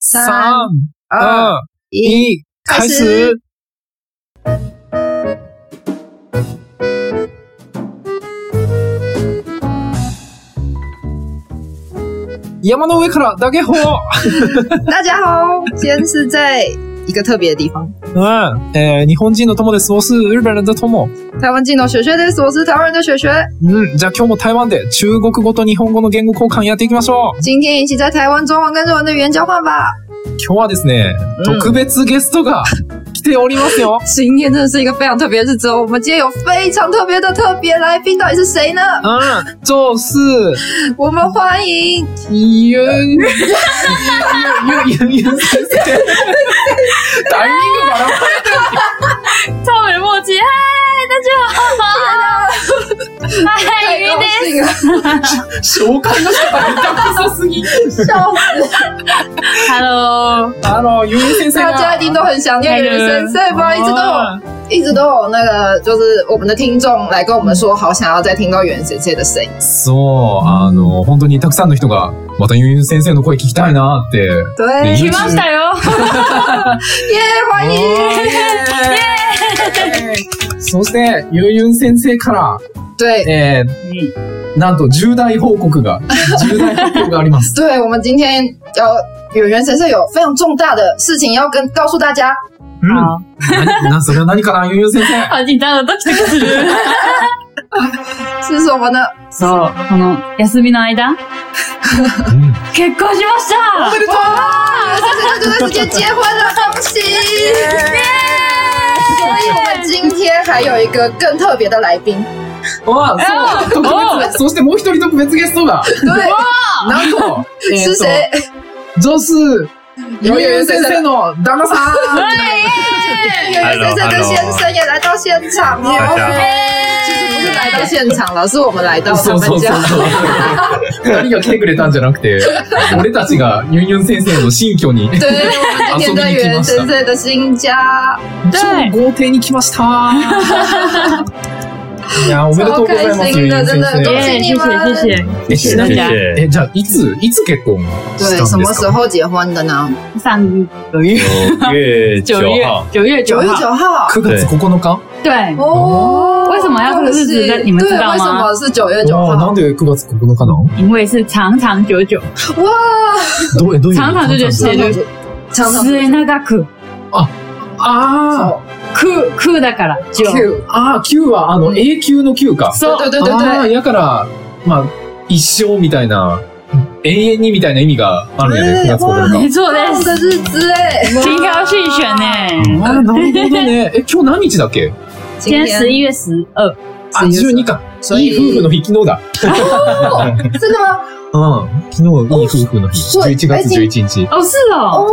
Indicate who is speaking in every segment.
Speaker 1: 三
Speaker 2: 二
Speaker 1: 二一，
Speaker 2: 一，
Speaker 1: 开
Speaker 2: 开
Speaker 1: 始
Speaker 2: 始。山の上から投げ砲。
Speaker 1: 大家好，今天是在一个特别的地方。
Speaker 2: 嗯，えー、日本人の友です。我是日本人的友。
Speaker 1: 台湾进到雪雪的，我是台湾人的雪雪。
Speaker 2: うん、じゃあ今日も台湾で中国語と日本語の言語交換やっていきましょう。
Speaker 1: 今天一起在台湾中文跟日文的语言交换吧。
Speaker 2: 今日はですね、
Speaker 1: 嗯
Speaker 2: 特別ゲストが来ておりますよ。
Speaker 1: 今天真的是一个非常特别的日子哦，我们今天有非常特别的特别来宾，到底是谁呢？
Speaker 2: うん、就是
Speaker 1: 我们欢迎
Speaker 2: ゆゆゆゆゆ先生。タイミングバラバラ。
Speaker 3: 超没默契，嗨，大家好，嗨，
Speaker 1: 太
Speaker 3: 鱼
Speaker 1: 高
Speaker 3: 的，
Speaker 1: 兴了，
Speaker 2: 紹介の仕方下手くそすぎ。
Speaker 1: 笑死！
Speaker 3: Hello，
Speaker 2: あのゆゆ先生
Speaker 1: 大
Speaker 2: が。
Speaker 1: 家一定都很想念雨神社吧？一直都有，
Speaker 2: 嗯
Speaker 1: 一直都有那个，就是我们的听众来跟我们说，好想要再听到雨神社的声音。
Speaker 2: そう、あの、本当にたくさんの人が、またゆゆ先生の声聞きたいなって。
Speaker 1: 对，
Speaker 2: 你
Speaker 3: 来ましたよ。
Speaker 1: 耶，欢迎！
Speaker 2: そして、ゆゆん先生から、
Speaker 1: 对，
Speaker 2: えー、なんと重大報告が、重大発表があ ります。
Speaker 1: 对，我们今天要有缘神社有非常重大的事情要跟告诉大家，
Speaker 2: うん。な
Speaker 3: 好，
Speaker 2: な、それは何かな、ゆゆん先生。
Speaker 3: 好紧张的，ドキドキする。
Speaker 1: 是什么呢？
Speaker 3: そう、この休みの間、
Speaker 2: うん。
Speaker 3: 結婚しました。
Speaker 1: 哇，神社啊就在直接结婚了，恭喜！所以我们今天还有一个更特别的来宾，
Speaker 2: あ、そう、特別、そしてもう一人特別ゲストが、
Speaker 1: 对，
Speaker 2: なんと、え
Speaker 1: 是
Speaker 2: ー
Speaker 1: 谁？
Speaker 2: と、ジョス、ゆゆん先生の旦那さん。
Speaker 1: 有缘啊神社的先生也来到现场
Speaker 4: 大
Speaker 1: 哦。
Speaker 4: 家好，
Speaker 1: 其实不是来到现场了，是我们来到他
Speaker 2: そうそ
Speaker 1: 们
Speaker 2: うそう
Speaker 1: 家。
Speaker 2: そう。二人が来てくれたんじゃなくて、俺たちがユンユン先生の新居に、
Speaker 1: 对，我们今天在缘神社的新家。
Speaker 2: 超豪邸に来ました。 いや、おめでとうございます、ユンユン先
Speaker 1: 超開心だ真的
Speaker 2: 生。
Speaker 3: 耶，谢
Speaker 2: え、ち
Speaker 3: 谢谢谢。
Speaker 4: 谢
Speaker 2: なみに、
Speaker 4: 谢。
Speaker 2: え、じゃあ、いつ、いつ結婚
Speaker 1: 对，
Speaker 2: した
Speaker 1: 什
Speaker 2: んで
Speaker 1: 么
Speaker 2: す
Speaker 1: 时
Speaker 2: か
Speaker 1: 候结婚的呢？
Speaker 3: 上个月
Speaker 4: 九月九
Speaker 3: 九月
Speaker 4: 号，
Speaker 3: 九月九
Speaker 1: 九月
Speaker 3: 号，
Speaker 1: 九号。
Speaker 2: ?9 月9日
Speaker 3: 对，
Speaker 1: 哦，
Speaker 3: 为什么要这个日子呢你们知道
Speaker 1: 对，
Speaker 3: 吗
Speaker 1: 为什么是九月九
Speaker 2: あーな
Speaker 1: 号
Speaker 2: ん？で9月9日なの
Speaker 3: 因为是长长久久，
Speaker 1: 哇，
Speaker 2: どうえどういう
Speaker 3: 常々就觉得
Speaker 2: 常々
Speaker 3: 是
Speaker 1: 常常常
Speaker 3: 末永く、
Speaker 2: あ
Speaker 3: く、くだから、久。
Speaker 2: ー、あー、9は、あの、永久の9か。
Speaker 3: そう、
Speaker 1: 对对对
Speaker 2: あ
Speaker 1: 对
Speaker 2: ーやから、まあ、一生みたいな、永遠にみたいな意味があるんやね、
Speaker 1: えー
Speaker 2: 9月9日。
Speaker 3: 没错
Speaker 1: 对，
Speaker 3: 的
Speaker 1: 我，的日子哎，
Speaker 3: 挺高兴选呢。
Speaker 2: あなるほどね。え、今日何日だっけ
Speaker 3: 今天十一月十二，
Speaker 2: あ、12か。
Speaker 1: 所
Speaker 2: いい
Speaker 1: 以
Speaker 2: 夫婦の日、昨日だ。
Speaker 1: 哦，真的吗？
Speaker 2: うん。昨日、いい夫婦の日。
Speaker 1: おそう
Speaker 2: 11月11日。
Speaker 3: 哦，是
Speaker 1: 哦
Speaker 3: 哦，，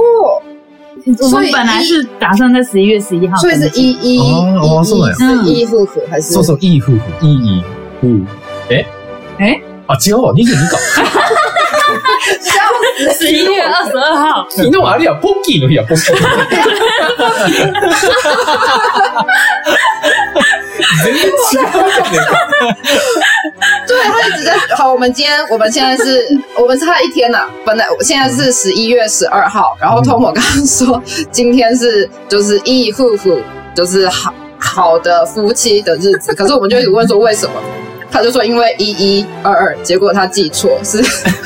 Speaker 3: 我
Speaker 1: 所
Speaker 3: 们
Speaker 1: 以
Speaker 3: 本来是打算在十一月十一号
Speaker 1: 所
Speaker 3: 登
Speaker 1: 以
Speaker 3: 记，
Speaker 1: 是一一
Speaker 2: 哦哦是那
Speaker 1: 一
Speaker 2: 样
Speaker 1: 是一夫妇还是？
Speaker 2: そうそう、いい夫婦。いい、いい夫婦。え
Speaker 3: え
Speaker 2: あ、違うわ、22か。
Speaker 3: 十一月二十二号，
Speaker 2: 昨日あれや、ポッキーの日や、ポッキー。全然違うじゃねえか。
Speaker 1: 对他一直在。好，我们今天我们现在是， 我们差一天了。本来我现在是十一月十二号，然后通我刚刚说，今天是就是异夫妇，就是好好的夫妻的日 子。可是我们就一直问说为什么，他就说因为一一二二，结果他记错是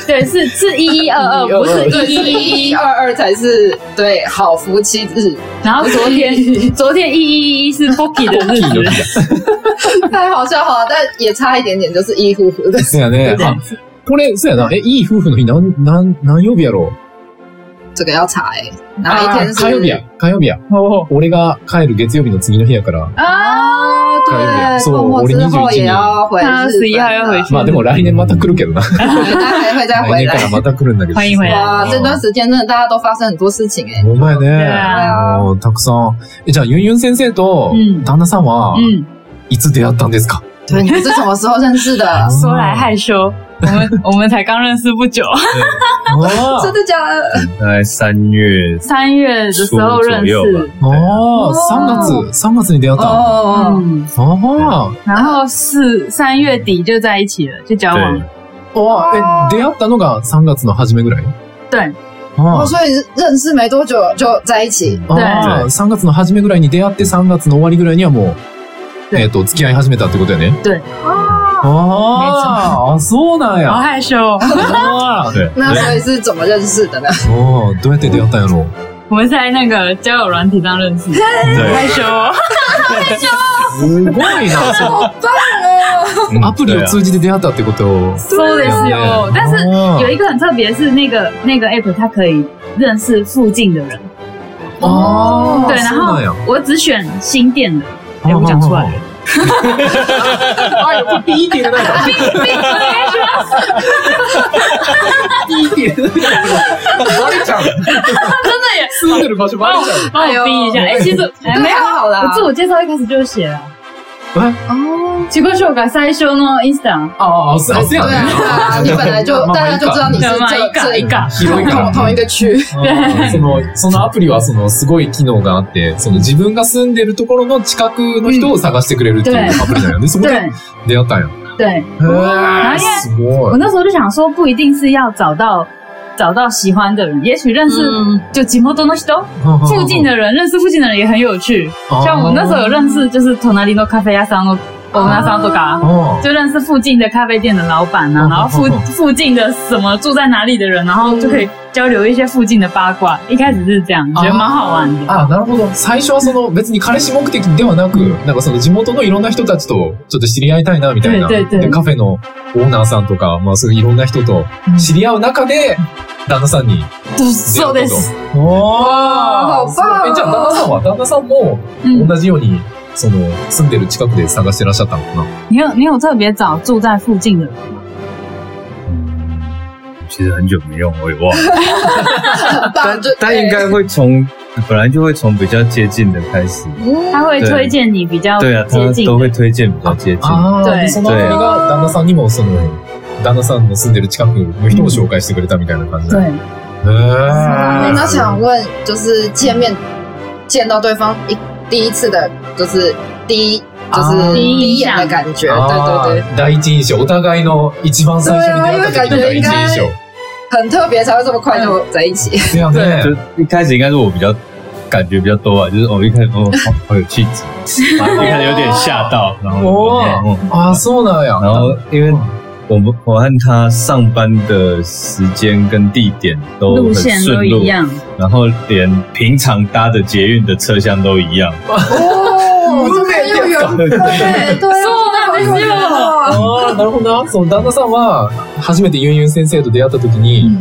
Speaker 3: 对，是是一一二二，不是
Speaker 1: 哦对
Speaker 3: 一
Speaker 1: 是
Speaker 3: 一一
Speaker 1: 一一二二才是对好夫妻日，
Speaker 3: 然后昨天昨天一一一是 Boki 的日
Speaker 2: ポッキーの
Speaker 3: 子，
Speaker 2: 日
Speaker 1: 太好笑了，但也差一点点就是异夫妇的
Speaker 2: だ。。そうやね。あ、これ、そうやな。え、いい夫婦の日、なん、なん、何曜日やろう
Speaker 1: 这个要查哎、哪一天
Speaker 2: あー火曜日
Speaker 1: 是
Speaker 2: や。火曜日や。
Speaker 3: 哦
Speaker 2: 俺が帰る月曜日の次の日やから。
Speaker 1: 啊？
Speaker 2: 火曜
Speaker 1: 对，
Speaker 2: 日
Speaker 1: 周末
Speaker 2: 我
Speaker 1: 之
Speaker 2: 零一九
Speaker 1: 后
Speaker 2: 一
Speaker 1: 也
Speaker 2: 年
Speaker 1: 要回日
Speaker 3: 他
Speaker 1: 本
Speaker 3: 啊十一号要
Speaker 1: 了
Speaker 3: 回去，
Speaker 2: まあでも来年また来るけどな。
Speaker 1: 大家还会再回
Speaker 2: 来年か
Speaker 1: 来。
Speaker 2: らまた来るんだけど。
Speaker 3: 欢迎回来
Speaker 1: 哇，这段时间真的大家都发生很多事情哎、
Speaker 2: お前ね。
Speaker 3: あ
Speaker 1: ー
Speaker 2: もうたくさん。え、じゃあ、ユンユン先生と
Speaker 3: うん
Speaker 2: 旦那さんは、
Speaker 3: 嗯，
Speaker 2: いつ出会ったんですか
Speaker 1: 对，你们是什么时候认 识的？
Speaker 2: 啊
Speaker 3: 说来害羞，我 们我们才刚认识不久，
Speaker 2: あ
Speaker 1: 真的假的？
Speaker 4: 大概三月
Speaker 3: 三月的时候认
Speaker 4: 初左右
Speaker 3: 识
Speaker 4: 吧，
Speaker 2: ーあー、3月、三月に出会ったの。
Speaker 1: 哦，
Speaker 3: 嗯，
Speaker 2: あ
Speaker 3: 然后是三月底就在一起了，就交往了，
Speaker 4: 对，
Speaker 2: あ。ああ、え、出会ったのが3月の初めぐらい
Speaker 3: 对，
Speaker 1: 然后
Speaker 2: あ
Speaker 1: 哦所以认识没多久就在一起。
Speaker 2: あああ3月の初めぐらいに出会って3月の終わりぐらいにはもう、えっ、と、付き合い始めたってことやね。
Speaker 3: 对，
Speaker 2: あーあ、そうなん
Speaker 3: 好
Speaker 2: や。
Speaker 3: 害羞。
Speaker 2: あー
Speaker 4: 对，
Speaker 1: 那所以是怎么认识的呢？
Speaker 2: あーどうやって出会ったんやろ
Speaker 3: 我们在那个交友软体上 认识，
Speaker 1: 啊
Speaker 3: 好害
Speaker 4: 对，
Speaker 3: 羞哦。
Speaker 2: すごいな。そ
Speaker 4: 嗯啊
Speaker 2: うアプリを通じて出会ったってこと。
Speaker 3: そうですよ。哦但是
Speaker 2: あー
Speaker 3: 有一个很特别，是那个那个 app 它可以认识附近的人。
Speaker 2: あー
Speaker 3: 对，然
Speaker 2: そう
Speaker 3: 后
Speaker 2: なんや。
Speaker 3: 我只选新店 的。哎，我讲出来了。
Speaker 2: あやっぱピーって言うないか。ピーって言うないか。バレちゃう。
Speaker 3: 真的耶！
Speaker 2: 住んでる場所バレちゃう。
Speaker 3: 帮我逼一下。
Speaker 2: 哎呦
Speaker 3: 哎，其实哎
Speaker 1: 那
Speaker 3: 没有
Speaker 1: 还，好
Speaker 3: 我
Speaker 1: 啦
Speaker 3: 自。我介绍一开始就写了。
Speaker 1: 哦，
Speaker 3: 自己紹介最初のインスタ。
Speaker 2: ああ、そう
Speaker 1: 对
Speaker 2: や
Speaker 1: 啊
Speaker 2: ね。
Speaker 1: 对 啊，你本来就
Speaker 2: まあ
Speaker 1: 大家就知道你是
Speaker 3: まあい
Speaker 1: 这这
Speaker 3: いかいいか。
Speaker 2: 広いから
Speaker 1: 同。同一个区。
Speaker 2: その、そのアプリはその、すごい機能があって、その自分が住んでるところの近くの人を探してくれるっていうアプリだよね。そこで
Speaker 3: 对
Speaker 2: 出会ったんや。
Speaker 3: 对，
Speaker 2: へえ、すご
Speaker 3: 我
Speaker 2: い。
Speaker 3: 那时候就想说，不一定是要找到找到喜欢的人，也许认识
Speaker 1: 嗯，
Speaker 3: 就地元の人，
Speaker 4: 哦
Speaker 3: 附近的人认识附近的人也很有趣。像我那时候有认识，就是隣の咖啡啊屋
Speaker 4: 哦
Speaker 3: さんのオーナーさんとか。
Speaker 2: あ
Speaker 3: 就认识附近的咖啡店的老板啊，
Speaker 2: 哦
Speaker 3: 然后附
Speaker 2: 哦哦
Speaker 3: 附近的什么住在哪里的人，然后就可以交流一些附近的八卦。一开始是这样，觉得蛮好玩
Speaker 4: 哦
Speaker 3: 的。
Speaker 2: あ、なるほど。最初はその別に彼氏目的ではなく、なんかその地元のいろんな人たちとちょっと知り合いたいなみたいな。
Speaker 3: 对对对
Speaker 2: で、カフェのオーナーさんとか、まあそういういろんな人と知り合う中で、旦那さんに
Speaker 4: 哦
Speaker 2: 出
Speaker 3: そう
Speaker 2: 会
Speaker 3: で
Speaker 2: ったと。
Speaker 3: す。
Speaker 2: お
Speaker 1: わー
Speaker 2: ーすごいえじゃあ旦那さんは、旦那さんも
Speaker 3: 嗯，
Speaker 2: 同じように、その、住んでる近くで探してらっしゃったのかな。
Speaker 3: 你有你有特别找住在附近的人
Speaker 4: 嗯其实很久没用，我也忘了，
Speaker 1: 很
Speaker 4: 但
Speaker 1: 棒，就
Speaker 3: 哎
Speaker 4: 但应该会从本来就会从比较接近的开始，
Speaker 1: 哎
Speaker 3: 他会推荐你比较
Speaker 4: 对啊，
Speaker 3: 哦接
Speaker 4: 他
Speaker 3: 近
Speaker 4: 都
Speaker 3: 的哦
Speaker 4: 会推荐比较接近，
Speaker 2: ああ、
Speaker 3: 对
Speaker 2: でそのあたりが旦那さんにも、その、旦那さんの住んでる近くの人を紹介してくれたみたいな感じだ。へ
Speaker 3: 对，
Speaker 1: 嗯
Speaker 2: ー
Speaker 1: 那想问，就是见面见到对方一第一次的，就是第一。就是
Speaker 2: 啊
Speaker 1: 第一眼的感觉，
Speaker 2: あ
Speaker 1: 对对对，
Speaker 2: ー第一印象、お互いの一番最初に出会った時の第一印象。
Speaker 1: 很特别，才会这么快就在一起。
Speaker 2: 这样
Speaker 3: 啊
Speaker 2: ね。
Speaker 4: 就一开始应该是我比较感觉比较多吧，就是我、哦、一开始 哦，好好有气质，
Speaker 3: 哦
Speaker 4: 然后一开始有点吓到，然后
Speaker 2: 哦
Speaker 4: 嗯嗯
Speaker 2: ああ、そうなんや。
Speaker 4: 然后因为我们我和他上班的时间跟地点都
Speaker 3: 路
Speaker 4: 很
Speaker 3: 线都
Speaker 4: 顺路
Speaker 3: 一，样，
Speaker 4: 然后连平常搭的捷运的车厢都一样。
Speaker 1: 哦， 这个又有
Speaker 2: そう
Speaker 1: 对对，啊
Speaker 3: そうなんで
Speaker 1: 真的好有
Speaker 3: すよ
Speaker 1: 缘
Speaker 2: ああ、なるほどな。その旦那さんは、初めてユンユン先生と出会った時に、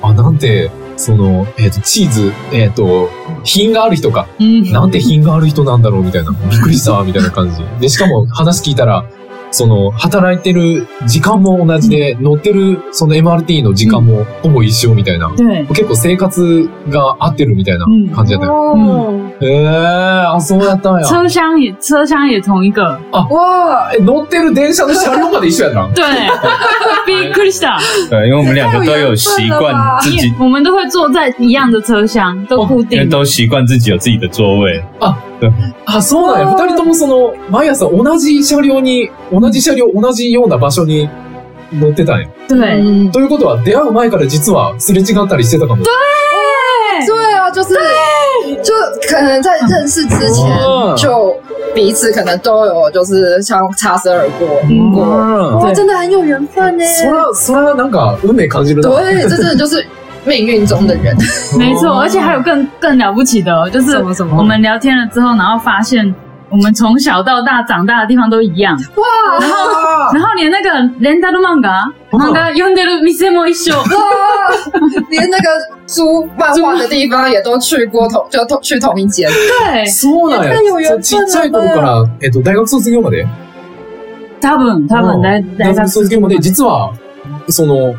Speaker 2: あ、なんて、その、えっ、と、チーズ、えっ、と、品がある人か。
Speaker 3: 嗯，
Speaker 2: なんて品がある人なんだろうみたいな。びっくりした、みたいな 感じ。で、しかも話聞いたら、その、働いてる時間も同じで、乗ってる、その MRT の時間もほぼ一緒みたいな。
Speaker 3: 对，
Speaker 2: 結構生活が合ってるみたいな感じだったよ。
Speaker 1: 哦，
Speaker 2: へえー、あ、そうやったんや。
Speaker 3: 车厢也车厢也同一个，
Speaker 1: 哇，
Speaker 2: え、乗ってる電車の車両まで一緒やったん
Speaker 3: 对，比 Krista，
Speaker 4: 对，因为我们两个都有习惯自己，
Speaker 3: 我们都会坐在一样的车厢，都固
Speaker 4: 因为
Speaker 3: 定的，
Speaker 4: 都习惯自己有自己的座位。
Speaker 2: あ、そうなんや。二人ともその、毎朝同じ車両に、同じ車両、同じような場所に乗ってたんや。
Speaker 3: 对，
Speaker 1: 嗯，
Speaker 2: ということは、出会う前から実はすれ違ったりしてたかも。
Speaker 1: 对啊，就是就可能在认识之前
Speaker 2: 哦
Speaker 1: 就彼此可能都有就是像擦身而过
Speaker 3: 嗯
Speaker 1: 过，
Speaker 2: うん
Speaker 1: 哇，真的很有缘分呢。
Speaker 2: そら、そらなんか、運命感じるな。
Speaker 1: 对，这真的就是命运中的人。
Speaker 3: 没错，而且还有更更了不起的哦，就是
Speaker 1: 哦什么什么
Speaker 3: 我们聊天了之后，然后发现我们从小到大长大的地方都一样，
Speaker 1: 哦哇
Speaker 2: あ
Speaker 3: 然后连那个连他的漫画，
Speaker 1: 哦
Speaker 3: 漫画読んでる店も一緒，
Speaker 1: 哇，连那个租漫画的地方也都去过同，就同去同一间。
Speaker 3: 对
Speaker 2: ー、そうなん
Speaker 1: い
Speaker 2: や。
Speaker 1: やいや
Speaker 2: そうちっちゃい頃から、えっと、大学卒業まで
Speaker 3: 多分多
Speaker 1: 哦
Speaker 3: 分来来
Speaker 2: 大
Speaker 3: 他
Speaker 2: 学卒業まで、実は、その、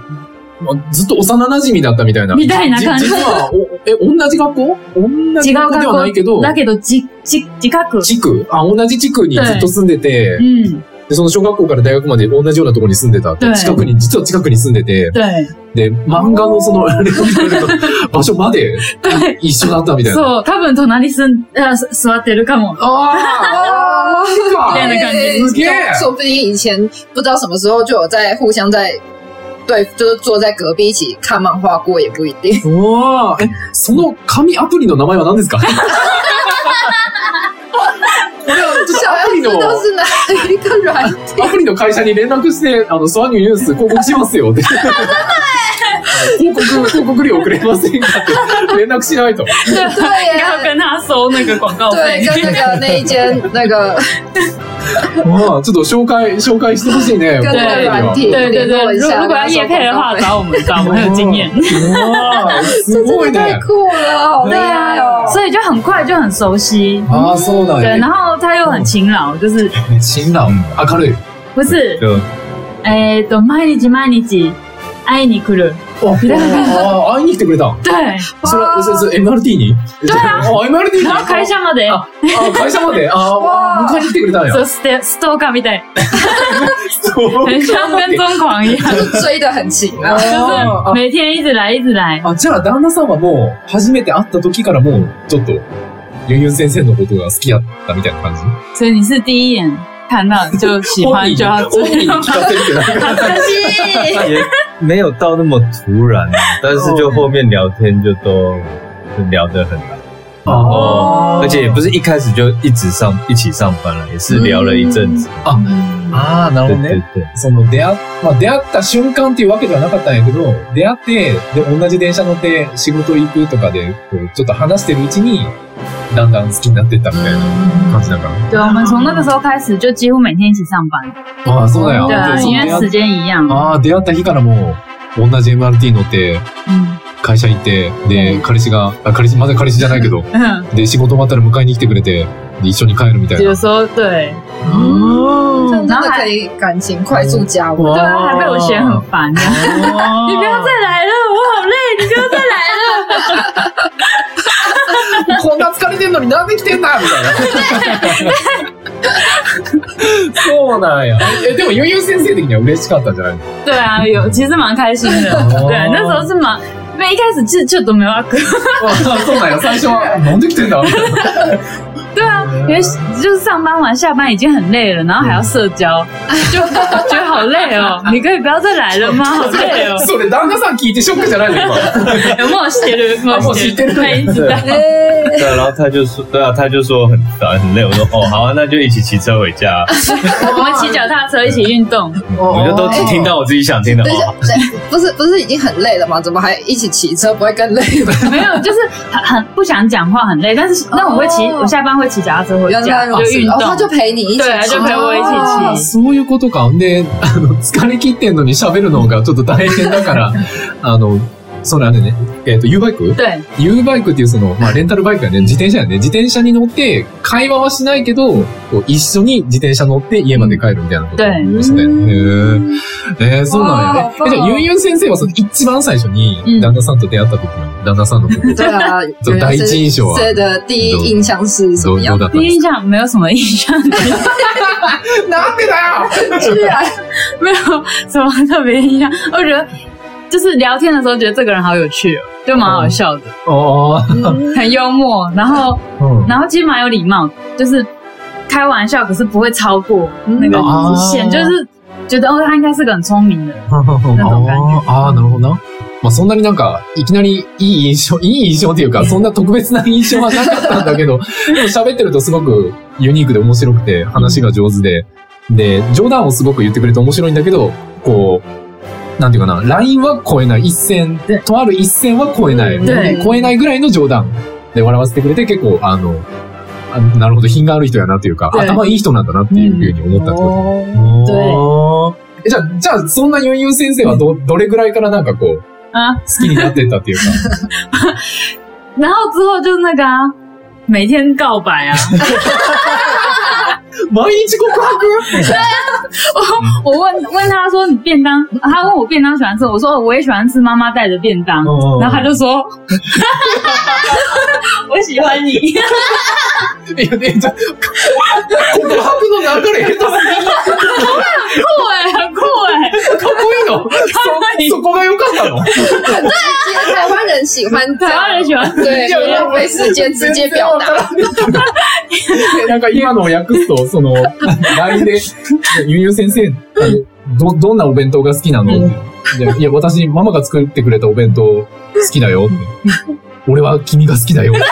Speaker 2: まあずっと幼馴染だったみたいな。
Speaker 3: みたいな感じ
Speaker 2: じ実は、おえ、同じ学校同じ
Speaker 3: 違う
Speaker 2: 学校で
Speaker 3: 学
Speaker 2: はないけど
Speaker 3: 校、だけどじじ自覚。
Speaker 2: 地区、あ、同じ地区にずっと住んでて
Speaker 3: う、ん、
Speaker 2: でその小学校から大学まで同じようなところに住んでたって
Speaker 3: はい
Speaker 2: 近くに、実は近くに住んでて、
Speaker 3: 对
Speaker 2: で、漫画のそ の、レコーディングの場所まで
Speaker 3: 对，
Speaker 2: 一緒だったみたいな。
Speaker 3: そう、多分隣すん、あ、す座ってるかも。
Speaker 2: ああ、
Speaker 3: みたいな感じ。
Speaker 2: すげえ
Speaker 1: 说不定以前不知道什么时候就有在互相在对，就是坐在隔壁一起看漫画过也不一定。
Speaker 2: わあ、え、その紙アプリの名前は何 ですかこれはちょっ と
Speaker 1: 小
Speaker 2: アプリ
Speaker 1: 子
Speaker 2: の、
Speaker 1: 都是哪一个 软体？
Speaker 2: アプリの会社に連絡して、あの、ソワニューユース広告します よって。広告、広告料くれませんかって連絡しない と。
Speaker 1: 对耶
Speaker 3: 应 该要跟他收那个广告费
Speaker 1: 对，。跟那个那一间 那个
Speaker 2: わあ、ちょっと紹介、紹介してほしい ね。
Speaker 1: 跟那个软体
Speaker 3: 对对
Speaker 1: 联
Speaker 3: 对
Speaker 1: 络，一
Speaker 3: 如
Speaker 1: 下。
Speaker 3: 如果要夜配的话，找我们，找 我们很有 经验。
Speaker 2: わあ、す
Speaker 1: 这
Speaker 2: ごい
Speaker 1: 真的太
Speaker 2: ね。
Speaker 1: 酷了，好厉
Speaker 3: 啊
Speaker 1: 害哦！
Speaker 3: 所以就很快就很熟悉。
Speaker 2: ああ、そうだ
Speaker 3: 对，
Speaker 2: よね
Speaker 3: 然。后他又很勤劳，就是
Speaker 2: 新郎、明るい。
Speaker 3: 不是
Speaker 4: 就
Speaker 3: 哎，懂毎日毎日爱你哭了，
Speaker 2: あ、会いに来てくれた。
Speaker 3: 对，
Speaker 2: それは、それ、それ、MRT に
Speaker 3: 对
Speaker 2: あ、MRT に
Speaker 3: 然后开箱嘛得，
Speaker 2: あ、あ会社ま で、あ、
Speaker 1: わあ
Speaker 2: 迎えに来てくれたんや。
Speaker 3: 就 st stalker みたい，
Speaker 2: そう
Speaker 3: 很像跟踪狂一 样，
Speaker 1: 就是追的很勤啊。
Speaker 3: 就是
Speaker 2: あ
Speaker 3: 每天一直来一直来。
Speaker 2: あ、じゃあ、旦那さんはもう、初めて会った時からもう、ちょっと、ユンユン先生のことが好きやったみたいな感じ
Speaker 3: 所以你是第一眼看到就喜
Speaker 2: 本
Speaker 3: 欢
Speaker 2: 人
Speaker 3: 就 要
Speaker 2: 本人
Speaker 3: 追
Speaker 2: に。聞かせるって なんか
Speaker 3: 好可 惜，
Speaker 4: 也没有到那么突然，啊但是就后面聊天就都就聊得很来，
Speaker 3: 哦
Speaker 2: あ
Speaker 4: 而且也不是一开始就一直上一起上班了，也是聊了一阵子。
Speaker 2: あー、なるほ
Speaker 4: 对
Speaker 2: ど
Speaker 4: 对
Speaker 2: ね。
Speaker 4: 对，
Speaker 2: その、出会っ、まあ、出会った瞬間っていうわけではなかったんやけど、出会って、で、同じ電車乗って仕事行くとかで、こう、ちょっと話してるうちに、だんだん好きになってったみたいな感じだから。
Speaker 3: 对，我们从那个时候开始就几乎每天一起上班，
Speaker 2: ああ、そうだよ。
Speaker 3: 对啊，
Speaker 2: でその
Speaker 3: 因为
Speaker 2: 出会っ
Speaker 3: 时间一样，
Speaker 2: ああ、出会った日からもう、同じ MRT 乗って、
Speaker 3: 嗯
Speaker 2: 会社行って、で、彼氏が、あ、彼氏、まだ彼氏じゃないけど、
Speaker 3: 嗯，
Speaker 2: で、仕事終わったら迎えに来てくれて、で、一緒に帰るみたい
Speaker 3: 有
Speaker 2: な。
Speaker 3: 时候对，
Speaker 1: 这样
Speaker 3: 然
Speaker 1: 哦真
Speaker 3: 后
Speaker 1: 的
Speaker 3: 还
Speaker 1: 可以感情快速加温。
Speaker 3: 对啊，还被我嫌很烦，这样
Speaker 1: 哦
Speaker 3: 你不要再来了，我好累，你不要再来了。
Speaker 2: こんな疲れてんのになんで来てんだみたいな。そうなんや。え、でも、ゆうゆう先生的には嬉しかったんじゃないの
Speaker 3: 对啊，有其实蛮开心的，
Speaker 2: 哦
Speaker 3: 对，那时候是蛮。因为一开始就就都没有要跟，
Speaker 2: あ そうなんや。最初は、なんで来てんだみたいな。
Speaker 3: 对啊，因为就是上班完下班已经很累了，然后还要社交，就 觉得好累哦。你可以不要再来 了吗？好累哦。
Speaker 2: それ、旦那さん聞いてショックじゃないの今。
Speaker 3: 有没有写的？ 有没有写的？他一直在。
Speaker 1: 哎
Speaker 4: 对啊，然后他就 说，对啊，他就说很烦很累，我说哦好啊，那就一起骑车回家，啊
Speaker 3: 我们骑脚踏车一起运动，
Speaker 4: 我
Speaker 3: 哦
Speaker 4: 就都
Speaker 3: 哎
Speaker 4: 只听到我自己想听的
Speaker 1: 等一下
Speaker 4: 话。，
Speaker 1: 不是不是已经很累了吗？怎么还一起骑车？不会更累吗？
Speaker 3: 没有，就是很很不想讲话，很累。但是那我会骑，
Speaker 1: 哦
Speaker 3: 我下班会骑脚踏车回
Speaker 1: 原
Speaker 3: 家，
Speaker 1: 来
Speaker 3: 就
Speaker 1: 如此
Speaker 3: 运，
Speaker 1: 哦，
Speaker 3: 动
Speaker 1: 他。就陪你一起
Speaker 3: 对啊，
Speaker 1: 骑，
Speaker 3: 就陪我一
Speaker 2: あ
Speaker 3: 起骑。
Speaker 2: そういうことか。 で、あの、疲れ切ってんのに喋るのがちょっと大変だから、 あの、それあれね、えっ、と、U バイク
Speaker 3: 对
Speaker 2: ?U バイクっていうその、まあ、レンタルバイクやね、自転車やね、自転車に乗って、会話はしないけど、こう一緒に自転車乗って家まで帰るみたいなことを
Speaker 3: うん
Speaker 2: 思いましたね。へえ、えー、そうなんやね。
Speaker 1: わあ
Speaker 2: えじゃあ、ゆうゆう先生はその一番最初に
Speaker 3: うん
Speaker 2: 旦那さんと出会った時の、旦那さんのこと、
Speaker 1: 对 啊，
Speaker 2: 这第一印象啊
Speaker 1: 对的，第一印象是什
Speaker 2: ど
Speaker 1: 么
Speaker 2: うど
Speaker 1: 样
Speaker 2: う？だった
Speaker 3: 第
Speaker 2: んです
Speaker 3: 一印象没有什么印象，
Speaker 2: かなんでだよ
Speaker 1: 居然
Speaker 3: 没有什么特别印象。我觉得就是聊天的时候觉得这个人好有趣哦，就蛮好笑的，
Speaker 2: あ
Speaker 3: 很幽默，然后
Speaker 2: あ、うん。
Speaker 3: 然后其实蛮有礼貌的，就是开玩笑，可是不会超过那个
Speaker 2: 嗯
Speaker 3: 哦底线，就是觉得哦，他应该是个很聪明的人。种感
Speaker 2: あ あー、なるほどな。まあそんなになんか、いきなりいい印象、い い印象っていうか、そんな特別な印象はなかったんだけど、 でも喋ってるとすごくユニークで面白くて、話が上手で、で、冗談をすごく言ってくれて面白いんだけど、こう、なんていうかな、ラインは超えない、一線
Speaker 3: で、
Speaker 2: とある一線は超えない、
Speaker 3: で
Speaker 2: 超えないぐらいの冗談で笑わせてくれて、結構、あの、あなるほど、品がある人やなというか、
Speaker 3: で
Speaker 2: 頭いい人なんだなっていうふうに思ったってこと
Speaker 4: 哦
Speaker 2: おーえじゃあ、じゃあ、そんなゆんゆん先生はど、どれぐらいからなんかこう、
Speaker 3: 啊
Speaker 2: 好きになってったっていうか。
Speaker 3: 然后之后就是那个 啊，每天告白啊，
Speaker 2: 毎日告白
Speaker 3: 我问问他说你便当，他问我便当喜欢吃，我说哦我也喜欢吃妈妈带的便
Speaker 4: 哦
Speaker 3: 当，
Speaker 4: 嗯
Speaker 3: 然后他就说，我喜欢你，
Speaker 2: いやね、じゃあ告白の流れ下手すぎか
Speaker 3: 酷哎、很酷哎、
Speaker 2: っこ いいの
Speaker 3: いい
Speaker 2: そ、そこが良かったの
Speaker 1: 台湾人喜欢这
Speaker 3: 台
Speaker 1: 样
Speaker 3: 湾人，喜欢吃
Speaker 1: 对，不浪费时间直接表达。
Speaker 2: でなんか今のを訳すと、その、LINE で、ゆんゆん先生、あのど、どんなお弁当が好きなのってでいや、私、ママが作ってくれたお弁当好きだよって。俺は君が好きだよ。いや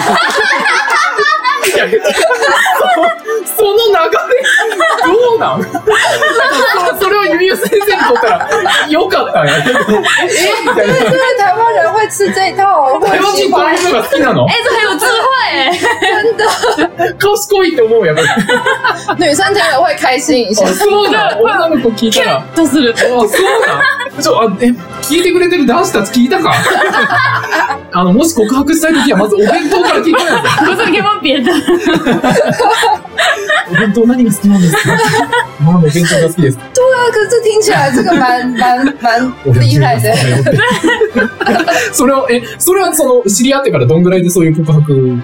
Speaker 2: そその流れ、どうなんそそれをユミユ先生にとったら、よかったんやけど、えみたいな。
Speaker 1: 对，台湾人会吃这一套，我
Speaker 2: 台湾
Speaker 1: 很喜
Speaker 2: 人こう
Speaker 1: 欢。
Speaker 2: いうのが好きなの
Speaker 3: 哎、这很有智慧哎、
Speaker 2: 賢いって思うやっぱり。
Speaker 1: 女生听了会开心一下
Speaker 2: あ。 そうなん女の子聞いたら。
Speaker 3: どうする
Speaker 2: あ、そうなんちょ、あ、え、聞いてくれてる男子たち聞いた かあの、もし告白したいときは、まずお弁当から聞いてないの
Speaker 3: 我怎么可以问别的？
Speaker 2: お弁当何が好きなんですかママのお弁当が好きです。
Speaker 1: 那可是听起来这个蛮蛮蛮厉害的。
Speaker 2: それを、え、それはその、知り合ってからどんぐらいでそういう告白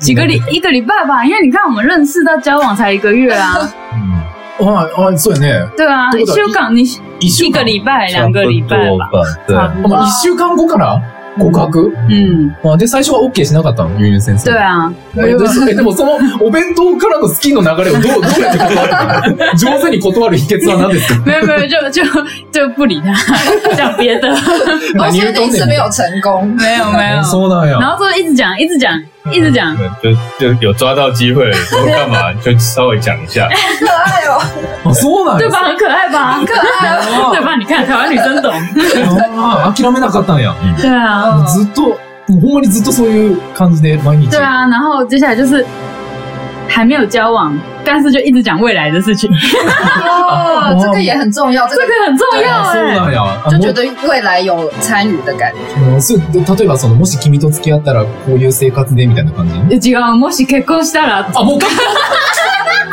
Speaker 3: 几个礼一个礼拜吧，因为你看我们认识到交往才一个月啊，
Speaker 4: 嗯
Speaker 2: うんあ、あ、そうやね。
Speaker 3: 对啊，
Speaker 2: 对
Speaker 3: 一
Speaker 2: 的
Speaker 3: 週間你
Speaker 2: 一週
Speaker 3: 一个
Speaker 2: 間。
Speaker 3: 礼拜两个礼拜吧，
Speaker 4: 对，
Speaker 3: 差
Speaker 2: あま
Speaker 3: 不多
Speaker 2: あ、。一週間後から告白、
Speaker 3: 嗯，
Speaker 2: あで、最初は OK しなかったの、ゆうゆう先生。
Speaker 3: 对啊，
Speaker 2: えでそえでもそのお弁当からの好きの流れをどうどうやって断るの上手に断る秘訣は何ですか
Speaker 3: 没有没有，就 就就不理他，讲别的，
Speaker 1: 我
Speaker 2: 何
Speaker 1: 确
Speaker 2: 言うと
Speaker 1: 定
Speaker 2: んね
Speaker 1: 是
Speaker 2: ん
Speaker 1: 没有成功。
Speaker 3: 没有没 有。
Speaker 2: そうなん
Speaker 3: 然
Speaker 2: や。
Speaker 3: 后就一直讲，一直讲，一直讲，
Speaker 4: 对就就有抓到机会， 我 干嘛就稍微讲一下，
Speaker 1: 可爱哦，
Speaker 2: あそうなん
Speaker 3: 对
Speaker 2: や。
Speaker 3: 吧？很可爱吧？
Speaker 1: 可爱哦。
Speaker 3: 对吧？你看台湾女生懂，
Speaker 2: あー諦めなかったんや。
Speaker 3: 对啊，
Speaker 2: ずっと、もうほんまにずっとそういう感じで毎日。
Speaker 3: 对啊。然后接下来就是还没有交往，但是就一直讲未来的事情，
Speaker 1: 哦，这个也很重要，这
Speaker 3: 这
Speaker 1: 个
Speaker 3: 个很重要
Speaker 2: あそう
Speaker 3: 哎、
Speaker 2: なんや。あ
Speaker 1: 就
Speaker 2: も
Speaker 1: 觉得未来有参与的感觉。
Speaker 2: ううんそうで例えばその、もし君と付き合ったらこういう生活でみたいな感じ
Speaker 3: 違う、もし結婚したら。
Speaker 2: あ、もう結婚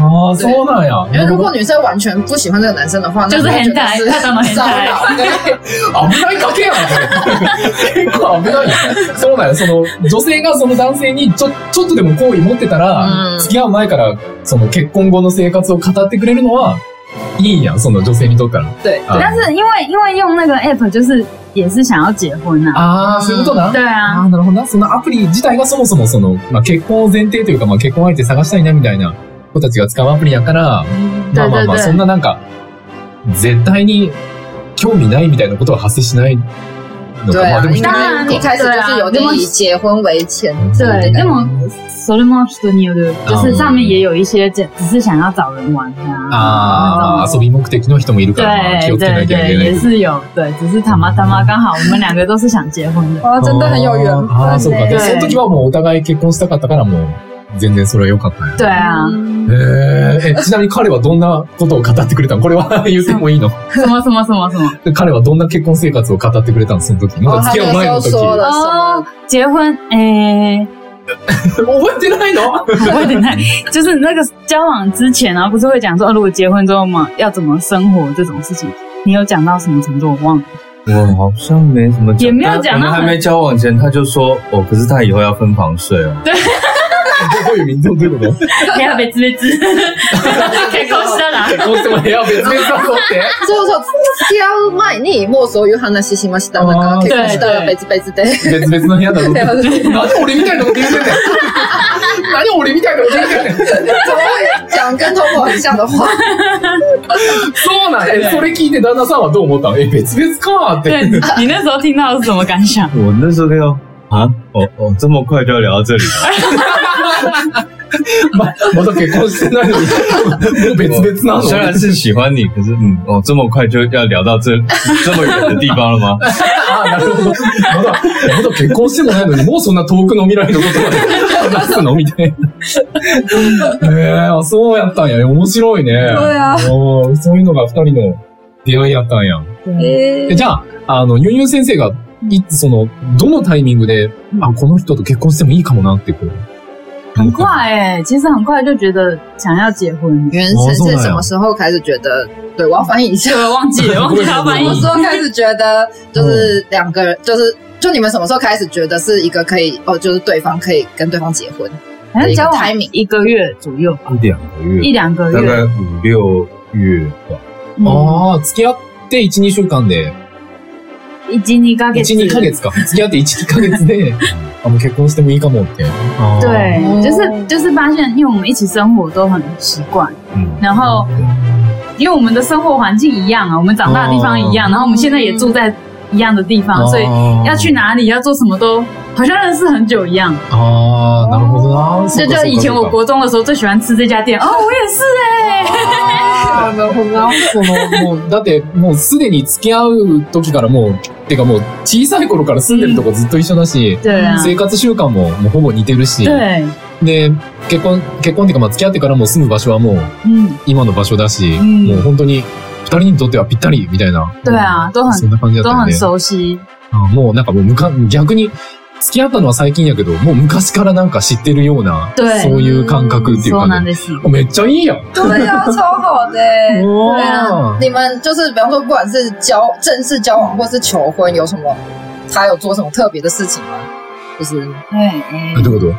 Speaker 2: ああ、そうなんや。
Speaker 1: 因为如果女生完全不喜欢这个男生的话，那
Speaker 3: 就是
Speaker 1: 我会觉
Speaker 3: 很
Speaker 1: 得
Speaker 3: 大，
Speaker 1: 是
Speaker 3: 他当然很
Speaker 1: 骚
Speaker 3: 大。
Speaker 1: 扰。
Speaker 2: 危ない賭けやな、これ。結構危ないやんそうなんや。その、女性がその男性にちょ、ちょっとでも好意持ってたら、
Speaker 1: うん
Speaker 2: 付き合う前から、その結婚後の生活を語ってくれるのは、いいんやん、その女性にとったら。
Speaker 1: 对
Speaker 2: あ
Speaker 3: 但是因为因为用那个 app 就是也是想要结婚啊，
Speaker 2: あー、そういうことな。
Speaker 3: 对
Speaker 2: あ
Speaker 3: 啊，
Speaker 2: ーなるほどな。そのアプリ自体がそもそもその、まあ、結婚を前提というか、まあ、結婚相手探したいなみたいな子たちが使うアプリやから、まあまあまあ、
Speaker 3: 对对对
Speaker 2: そんななんか、絶対に興味ないみたいなことは発生しないのか。
Speaker 1: 对
Speaker 2: ま
Speaker 1: 啊
Speaker 2: あでも，
Speaker 1: 应该一开始就是有点以结婚为前提的
Speaker 3: 对，
Speaker 1: 感
Speaker 3: 那
Speaker 1: 觉。
Speaker 3: 么 solo 人による就是上面也有一些只只是想要找人玩的
Speaker 2: あ
Speaker 3: 啊
Speaker 2: あ、。遊び目的の人もいるから、まあ気
Speaker 3: 对
Speaker 2: をつけ
Speaker 3: 对
Speaker 2: なきゃい
Speaker 3: 对，
Speaker 2: けな
Speaker 3: 也
Speaker 2: い。
Speaker 3: 是有，对，只是他妈他妈刚好我们两个都是想结婚的，
Speaker 1: 哇，真的很有缘分
Speaker 2: ああ、そうか。
Speaker 1: 呢。
Speaker 2: で、
Speaker 3: 对
Speaker 2: その時はもうお互い結婚したかったから、もう、全然それは良かったんや。
Speaker 3: 对啊，
Speaker 1: 嗯
Speaker 2: へーえ、ちなみに彼はどんなことを語ってくれたのこれは 言ってもいいの
Speaker 3: 什么什么什么什么，
Speaker 2: で彼はどんな結婚生活を語ってくれたのその時。まだ付き合う前の時。
Speaker 1: あ他
Speaker 2: 覚
Speaker 1: 的 什么
Speaker 3: 哦，结婚，哎、
Speaker 2: えて ないの
Speaker 3: 我有 点太，就是那个交往之前，然后不是会讲说，哦如果结婚之后嘛，要怎么生活这种事情，你有讲到什么程度？我 忘了。
Speaker 4: 我好像没什么
Speaker 3: 也没有讲到
Speaker 4: 我们还
Speaker 3: 很
Speaker 4: 没交往前，他就说哦，可是他以后要分房睡哦。
Speaker 2: どういう意味どういうこと
Speaker 1: 哎
Speaker 3: 不要被知被知， 开口笑啦。
Speaker 2: 結婚しても部屋別々だぞって。
Speaker 1: そうそう、付き合う前にもうそういう話しました。なんか結婚したら別々で。
Speaker 2: 別々の部屋だぞって。
Speaker 1: そうそう
Speaker 2: なんで俺みたいなこと言うてんねん。なんで俺みたいなこと言うてんねん。
Speaker 1: 讲跟 Tomo 很像的话，
Speaker 2: そうなんえ、それ聞いて旦那さんはどう思ったのえ、別々かーって。
Speaker 3: 对你那时候听到是什么感想？
Speaker 4: 我那时候听到啊，哦哦，这么快就要聊到这里了，
Speaker 2: ま、まだ結婚してないのに、もう 別々な
Speaker 4: 我虽
Speaker 2: の
Speaker 4: 然是喜欢你，可是嗯，哦，这么快就要聊到这 这么远的地方了吗？
Speaker 2: ああ、なるほど。まだ、まだ結婚してもないのに、もうそんな遠くの未来のことまで話すのみたいな。へえあ、そうやったんや。面白いね。
Speaker 1: そうや
Speaker 2: あーそういうのが二人の出会いやったんや。えじゃあ、あの、ユンユン先生が、いつ、その、どのタイミングで、あ、この人と結婚してもいいかもなって、こう。
Speaker 4: 很
Speaker 3: 快哎、其实很快就觉得想要结婚。
Speaker 1: 原神是什么时候开始觉得？对，啊我要翻译一下
Speaker 3: 对。，我忘记了，忘记他翻
Speaker 1: 什
Speaker 3: 译
Speaker 1: 么。时候开始觉得就是两个人，就是就你们什么时候开始觉得是一个可以哦，就是对方可以跟对方结婚？
Speaker 3: 好像交往
Speaker 1: timing
Speaker 3: 一个月左右吧，
Speaker 4: 一两个月，
Speaker 3: 一两个
Speaker 4: 大
Speaker 3: 月。
Speaker 4: 概五六月吧，
Speaker 2: ああ、付き合って1、2週間で、
Speaker 3: 一二ヶ
Speaker 2: 1、
Speaker 3: 月，
Speaker 2: 2ヶ月か。付き合って1、2ヶ月で、あ、もう結婚してもいいかもって。
Speaker 4: 哦
Speaker 3: 对，
Speaker 1: 哦
Speaker 3: 就是就是发现，因为我们一起生活都很习惯，
Speaker 4: 嗯，
Speaker 3: 然后因为我们的生活环境一样啊，我们长大的地方一样，
Speaker 2: 哦
Speaker 3: 然后我们现在也住在一样的地方，所以要去哪里要做什么都好像认识很久一样。
Speaker 2: ああ、なるほどな。
Speaker 3: 这就以前我国中的时候最喜欢吃这家 店哦，我也是哎、
Speaker 2: あーなるほどな。その、もう、だって、もうすでに付き合う時からもう、てかもう、小さい頃から住んでるとこずっと一緒だし、
Speaker 3: 对啊，
Speaker 2: 生活習慣ももうほぼ似てるし、
Speaker 3: 对，
Speaker 2: で、結婚、結婚っていうか、まあ付き合ってからもう住む場所はもう
Speaker 3: 嗯，
Speaker 2: 今の場所だし、
Speaker 3: ん
Speaker 2: もう本当に、二人にとってはぴったりみたいな。
Speaker 3: 对啊，都
Speaker 2: そ
Speaker 3: 很
Speaker 2: んな感じだ
Speaker 3: 都
Speaker 2: ったよ
Speaker 3: 很
Speaker 2: ね。
Speaker 3: 熟悉，
Speaker 2: あもうなんかもうむか、逆に、付き合ったのは最近やけど、もう昔からなんか知ってるような、
Speaker 3: 对，
Speaker 2: そういう感覚っていう
Speaker 3: そうな
Speaker 2: か
Speaker 3: ん
Speaker 2: ね。
Speaker 3: です。
Speaker 2: あめっちゃいいやん。
Speaker 1: 对呀、超好的、欸。对啊
Speaker 2: 哇，
Speaker 1: 你们就是比方说，不管是交正式交往或是求婚，有什么他有做什么特别的事情吗？就是
Speaker 3: 对，哎
Speaker 2: えどういうこ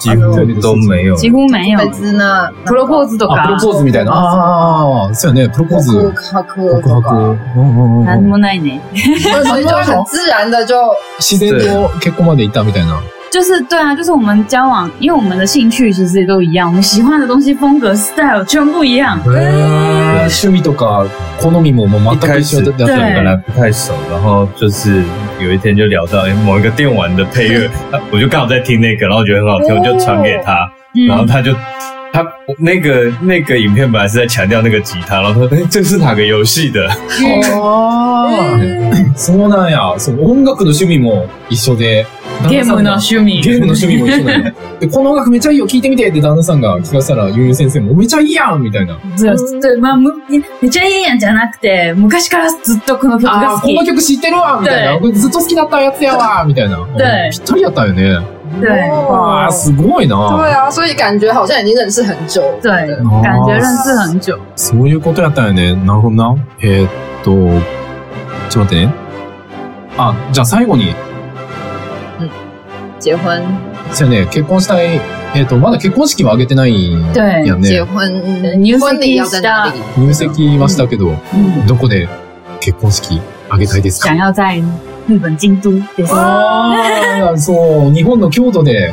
Speaker 4: 几乎都没有，
Speaker 3: 几乎没有
Speaker 1: 被支呢，
Speaker 3: propose と
Speaker 2: とあ、プ
Speaker 3: か
Speaker 2: ロポーズみたいな。ああ、そうやね、プロポーズ。
Speaker 1: 告白，
Speaker 2: 告白。うんうん
Speaker 3: 何
Speaker 2: うん
Speaker 3: もないね。
Speaker 1: 所以就很自然的就
Speaker 2: 自然と結婚まで行ったみたいな。
Speaker 3: 就是对啊，就是我们交往，因为我们的兴趣其实也都一样，我们喜欢的东西、风格、style 全部一样。
Speaker 2: へー趣味とか好みももう全く一緒だったか
Speaker 3: 一開始对
Speaker 2: ら。
Speaker 4: 本来不太熟，然后就是有一天就聊到哎、某一个电玩的配乐，啊我就刚好在听那个，然后我觉得很好听，
Speaker 1: 哦
Speaker 4: 我就传给他，然后
Speaker 3: 嗯，
Speaker 4: 他就他那个那个影片本来是在强调那个吉他，然后他说哎、这是哪个游戏的？
Speaker 2: ああ、そうなんや。そう音楽の趣味も一緒で。
Speaker 3: ゲームの趣味。
Speaker 2: ゲームの趣味も一緒なの。 で、この音楽めっちゃいいよ、聴いてみてって旦那さんが聞かせたら、ゆうゆう先生もめっちゃいいやんみたいな。
Speaker 3: そうそうまあ、むめっちゃいいやんじゃなくて、昔からずっとこの曲
Speaker 2: あ
Speaker 3: が
Speaker 2: あ、
Speaker 3: 好
Speaker 2: こ
Speaker 3: き
Speaker 2: の。曲知ってるわみたいな。
Speaker 3: 对
Speaker 2: これずっと好きだったやつやわみたいな。
Speaker 3: 对
Speaker 2: ぴったりやったよね。
Speaker 3: 对
Speaker 2: ああ、すごい
Speaker 1: 对
Speaker 2: な。
Speaker 1: 啊，所以感觉好像已经认识很久了。
Speaker 3: 对，感觉认识很久。
Speaker 2: そういうことやったよね。なるほどな。えーっと、ちょっと待ってね。あ、じゃあ最後に、
Speaker 1: 结婚，
Speaker 2: そうやね、結婚したい、えーっと、まだ結婚式は挙げてない
Speaker 3: 对，
Speaker 2: やん
Speaker 1: 结
Speaker 2: ね。
Speaker 1: 婚嗯
Speaker 3: 你又是
Speaker 1: 婚礼要在哪
Speaker 3: 第
Speaker 1: 里？
Speaker 2: 入籍はしたけど、
Speaker 3: 嗯，
Speaker 2: どこで結婚式挙げたいですか
Speaker 3: 想要在日本京都です。
Speaker 2: ああ、そう、日本の京都で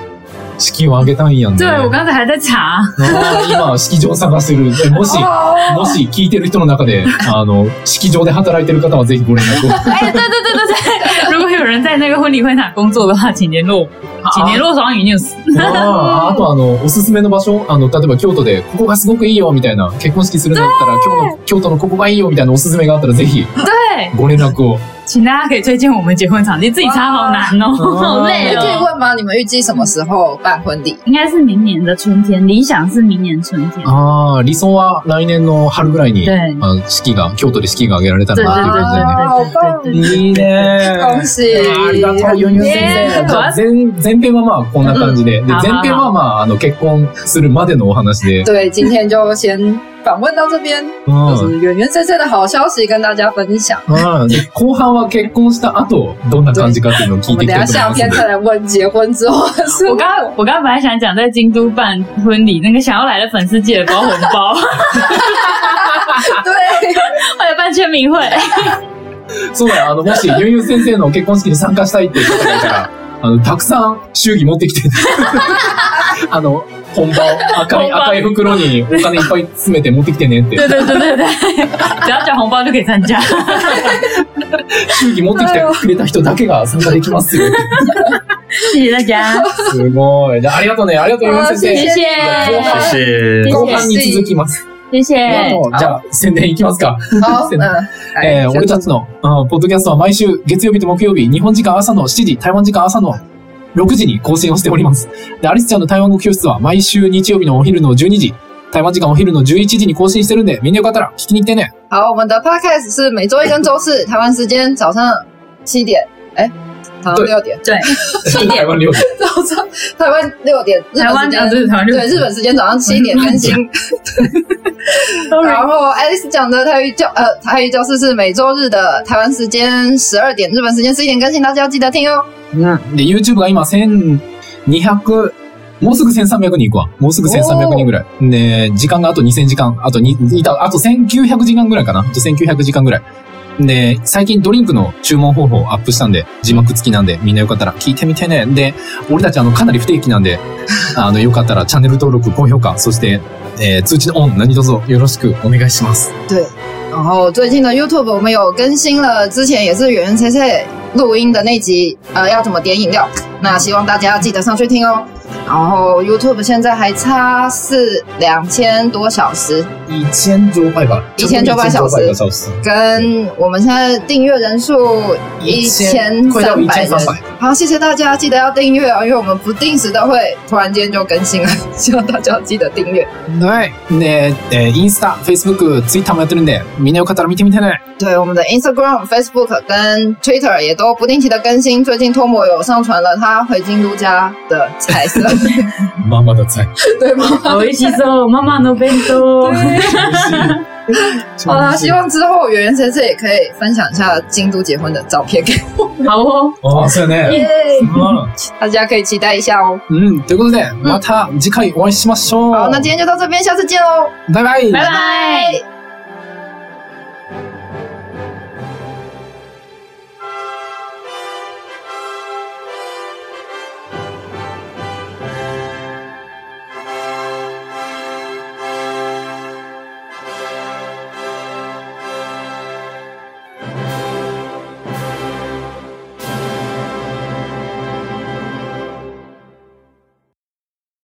Speaker 2: 式を挙げたいんやんね。
Speaker 3: 对，我刚才还 在查。
Speaker 2: あー今、式場を探してる。えもし、
Speaker 3: 啊
Speaker 1: 哦
Speaker 2: もし聞いてる人の中で、あの、式場で働いてる方はぜひご連絡を。
Speaker 3: 哎，对对对对 对，如果有人在那个婚礼会场工作的话，请联络我，请联络双语 news。
Speaker 2: あーあとあの、おすすめの場所、あの、例えば京都で、ここがすごくいいよ、みたいな、結婚式するんだったら、今日の、京都のここがいいよ、みたいなおすすめがあったら、ぜひ、
Speaker 3: 对，
Speaker 2: ご連絡を。
Speaker 3: 请大家可以推荐我们结婚场地，自己查好难哦，
Speaker 2: 哇
Speaker 3: 好累
Speaker 1: 也可以
Speaker 3: 哦。
Speaker 1: 问吗？你们预计什么时候办婚礼？
Speaker 3: 应该是明年的春天，理想是明年春天。
Speaker 2: ああ、理想は来年の春ぐらいに、
Speaker 3: 对
Speaker 2: あの式が、京都で式が挙げられたらな、ということだよね。
Speaker 1: 好棒
Speaker 3: 对对对对对
Speaker 2: いい
Speaker 3: 嗯
Speaker 2: ね
Speaker 1: 恭喜！
Speaker 2: ありがとう、ユニュー先生。
Speaker 3: ね
Speaker 2: じゃあ前前編はまあこんな感じで、で
Speaker 3: あはは
Speaker 2: 前編はまああの結婚するまでのお話で、
Speaker 1: 对，今天就先访问到这边，
Speaker 2: うん
Speaker 1: 就是圆圆先生的好消息跟大家分享。
Speaker 2: うんで後半は結婚した後どんな感じかっていうのを聞
Speaker 1: 我
Speaker 2: いて
Speaker 1: 们
Speaker 2: い
Speaker 1: 等一
Speaker 2: きた
Speaker 1: 下下篇
Speaker 2: いと思いますので。
Speaker 1: 再来问结婚之后的事
Speaker 3: 我。刚我刚本来想讲在京都办婚礼，那个想要来的粉丝记得包红包，
Speaker 1: 对，
Speaker 3: 或者办签名会。
Speaker 2: そうだよ、あのもしユニュー先生の結婚式に参加したいっていう方がいたら、あのたくさん祝儀持ってき て、あの本場を赤
Speaker 3: 本
Speaker 2: い
Speaker 3: 場
Speaker 2: 赤い袋にお金いっぱい詰めて持ってきてねって
Speaker 3: 对，对对对对，只要讲红包就可以参加。
Speaker 2: 祝儀持ってきてくれた人だけが参加できます よって。
Speaker 3: 谢谢大家，
Speaker 2: すごい。じゃあありがとうね、ありがとうユニュー先生。
Speaker 3: 谢谢呃
Speaker 4: 谢谢。
Speaker 3: 谢谢
Speaker 2: 後半に続きます。
Speaker 3: 谢谢。
Speaker 2: じゃあ、宣伝いきますか。
Speaker 1: 好，嗯，来
Speaker 2: えー、俺たちの、うん、ポッドキャストは毎週月曜日と木曜日、日本時間朝の7時、台湾時間朝の6時に更新をしております。で、アリスちゃんの台湾語教室は毎週日曜日のお昼の12時、台湾時間お昼の11時に更新してるんで、みんなよかったら聞きに来てね。
Speaker 1: 好，我们的 podcast 是每周一跟周四台湾时间早上七点，哎，早上
Speaker 2: 对
Speaker 1: 六点，
Speaker 3: 对，七
Speaker 2: 台
Speaker 3: 点，
Speaker 2: 湾料理。
Speaker 1: 早上台湾六点，日
Speaker 3: 台湾
Speaker 1: 本
Speaker 3: 啊，
Speaker 1: 时间
Speaker 3: 对对台湾日
Speaker 1: 对日本时间早上七点更 新。
Speaker 3: Sorry
Speaker 1: 然后 Alice 讲的台语教呃台语教室是每周日的台湾时间十二点，日本时间十一点更新，大家要记得听哦。
Speaker 2: うん。で、YouTube が今1200もうすぐ1300人行くわ。もうすぐ1300人ぐらい。で、時間があと2000時間、あとにいた、あと1900時間ぐらいかな。あと1900時間ぐらい。で、最近ドリンクの注文方法をアップしたんで、字幕付きなんで、みんなよかったら聞いてみてね。で、俺たちあの、かなり不定期なんで、あの、よかったらチャンネル登録、高評価、そして、えー通知のオン、何卒よろしくお願いします。
Speaker 1: 对，然后最近的 YouTube 我们有更新了，之前也是圆圆 C C 录音的那集，呃，要怎么点饮料？那希望大家记得上去听哦。然后 YouTube 现在还差是两千多小时，
Speaker 2: 一千九百吧。
Speaker 1: 1900小时
Speaker 2: 小时。
Speaker 1: 跟我们现在订阅人数一千
Speaker 2: 快到
Speaker 1: 三百人
Speaker 2: 1300。
Speaker 1: 好，谢谢大家，记得要订阅哦，因为我们不定时的会突然间就更新了，希望大家记得订阅。
Speaker 2: はい。で、えーインスタ、フェイスブック、ツイッターもやってるんで、みんなよかったら見てみてね。
Speaker 1: 对，我们的 Instagram、Facebook 跟 Twitter 也都不定期的更新。最近托姆有上传了他回京都家的菜 色，
Speaker 2: まあまだ 在。
Speaker 1: 对吗？
Speaker 3: 美味しそう。ママの弁当。
Speaker 1: 好啦，希望之后圆圆先生也可以分享一下京都结婚的照片给
Speaker 3: 好哦。
Speaker 2: ああ、そうや
Speaker 1: 我， 耶
Speaker 2: ね。うん
Speaker 1: 大家可以期待一下哦。
Speaker 2: うん。ということで、また次回お会いしましょう。
Speaker 1: 好，那今天就到这边，下次见喽，
Speaker 2: バイバイ。
Speaker 3: 拜拜。